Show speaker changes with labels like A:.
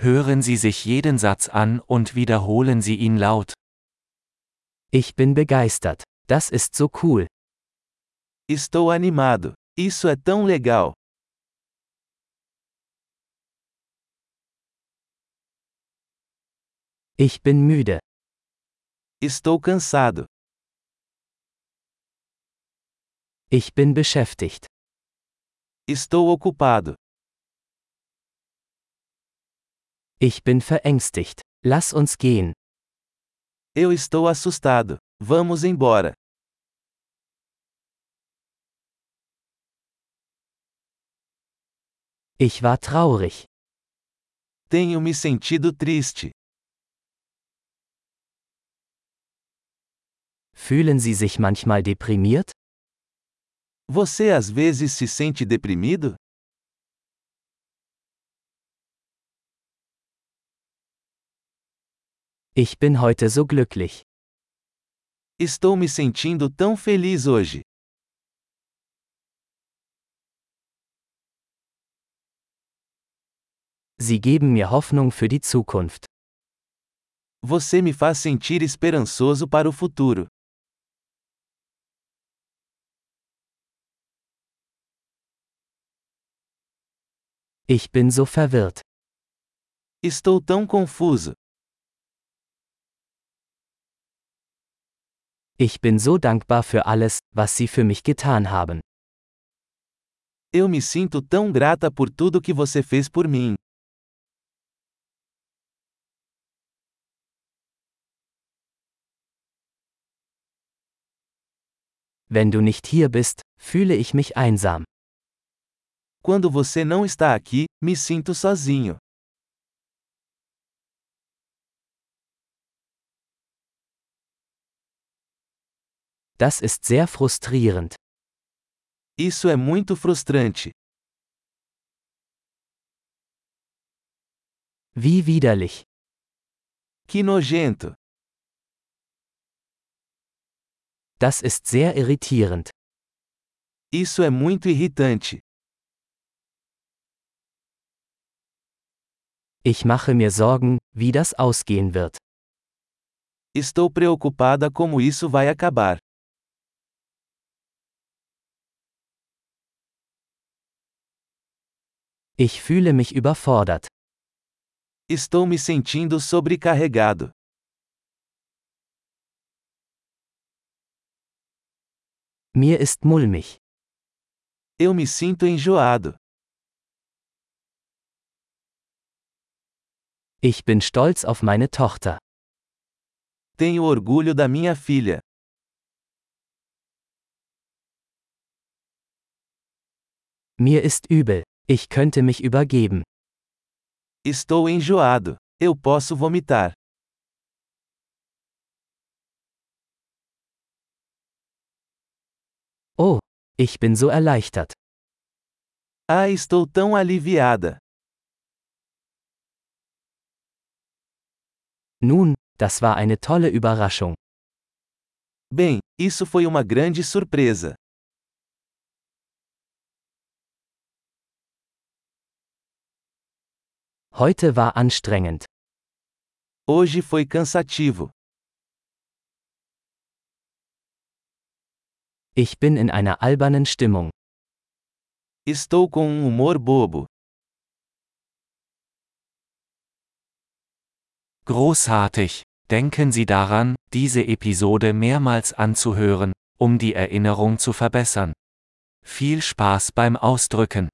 A: Hören Sie sich jeden Satz an und wiederholen Sie ihn laut.
B: Ich bin begeistert. Das ist so cool.
C: Estou animado. Isso é tão legal.
B: Ich bin müde.
C: Estou cansado.
B: Ich bin beschäftigt.
C: Estou ocupado.
B: Ich bin verängstigt. Lass uns gehen.
C: Eu estou assustado. Vamos embora.
B: Ich war traurig.
C: Tenho me sentido triste.
B: Fühlen Sie sich manchmal deprimiert?
C: Você às vezes se sente deprimido?
B: Ich bin heute so glücklich.
C: Estou me sentindo tão feliz hoje.
B: Sie geben mir Hoffnung für die Zukunft.
C: Você me faz sentir esperançoso para o futuro.
B: Ich bin so verwirrt.
C: Estou tão confuso.
B: Ich bin so dankbar für alles, was Sie für mich getan haben.
C: Eu me sinto tão grata por tudo que você fez por mim.
B: Wenn du nicht hier bist, fühle ich mich einsam.
C: Quando você não está aqui, me sinto sozinho.
B: Das ist sehr frustrierend.
C: Isso é muito frustrante.
B: Wie widerlich.
C: Que nojento.
B: Das ist sehr irritierend.
C: Isso é muito irritante.
B: Ich mache mir Sorgen, wie das ausgehen wird.
C: Estou preocupada como isso vai acabar.
B: Ich fühle mich überfordert.
C: Estou me sentindo sobrecarregado.
B: Mir ist mulmig.
C: Eu me sinto enjoado.
B: Ich bin stolz auf meine Tochter.
C: Tenho orgulho da minha filha.
B: Mir ist übel. Ich könnte mich übergeben.
C: Estou enjoado. Eu posso vomitar.
B: Oh, ich bin so erleichtert.
C: Ah, estou tão aliviada.
B: Nun, das war eine tolle Überraschung.
C: Bem, isso foi uma grande surpresa.
B: Heute war anstrengend.
C: Hoje foi cansativo.
B: Ich bin in einer albernen Stimmung.
C: Estou com um humor bobo.
A: Großartig! Denken Sie daran, diese Episode mehrmals anzuhören, um die Erinnerung zu verbessern. Viel Spaß beim Ausdrücken!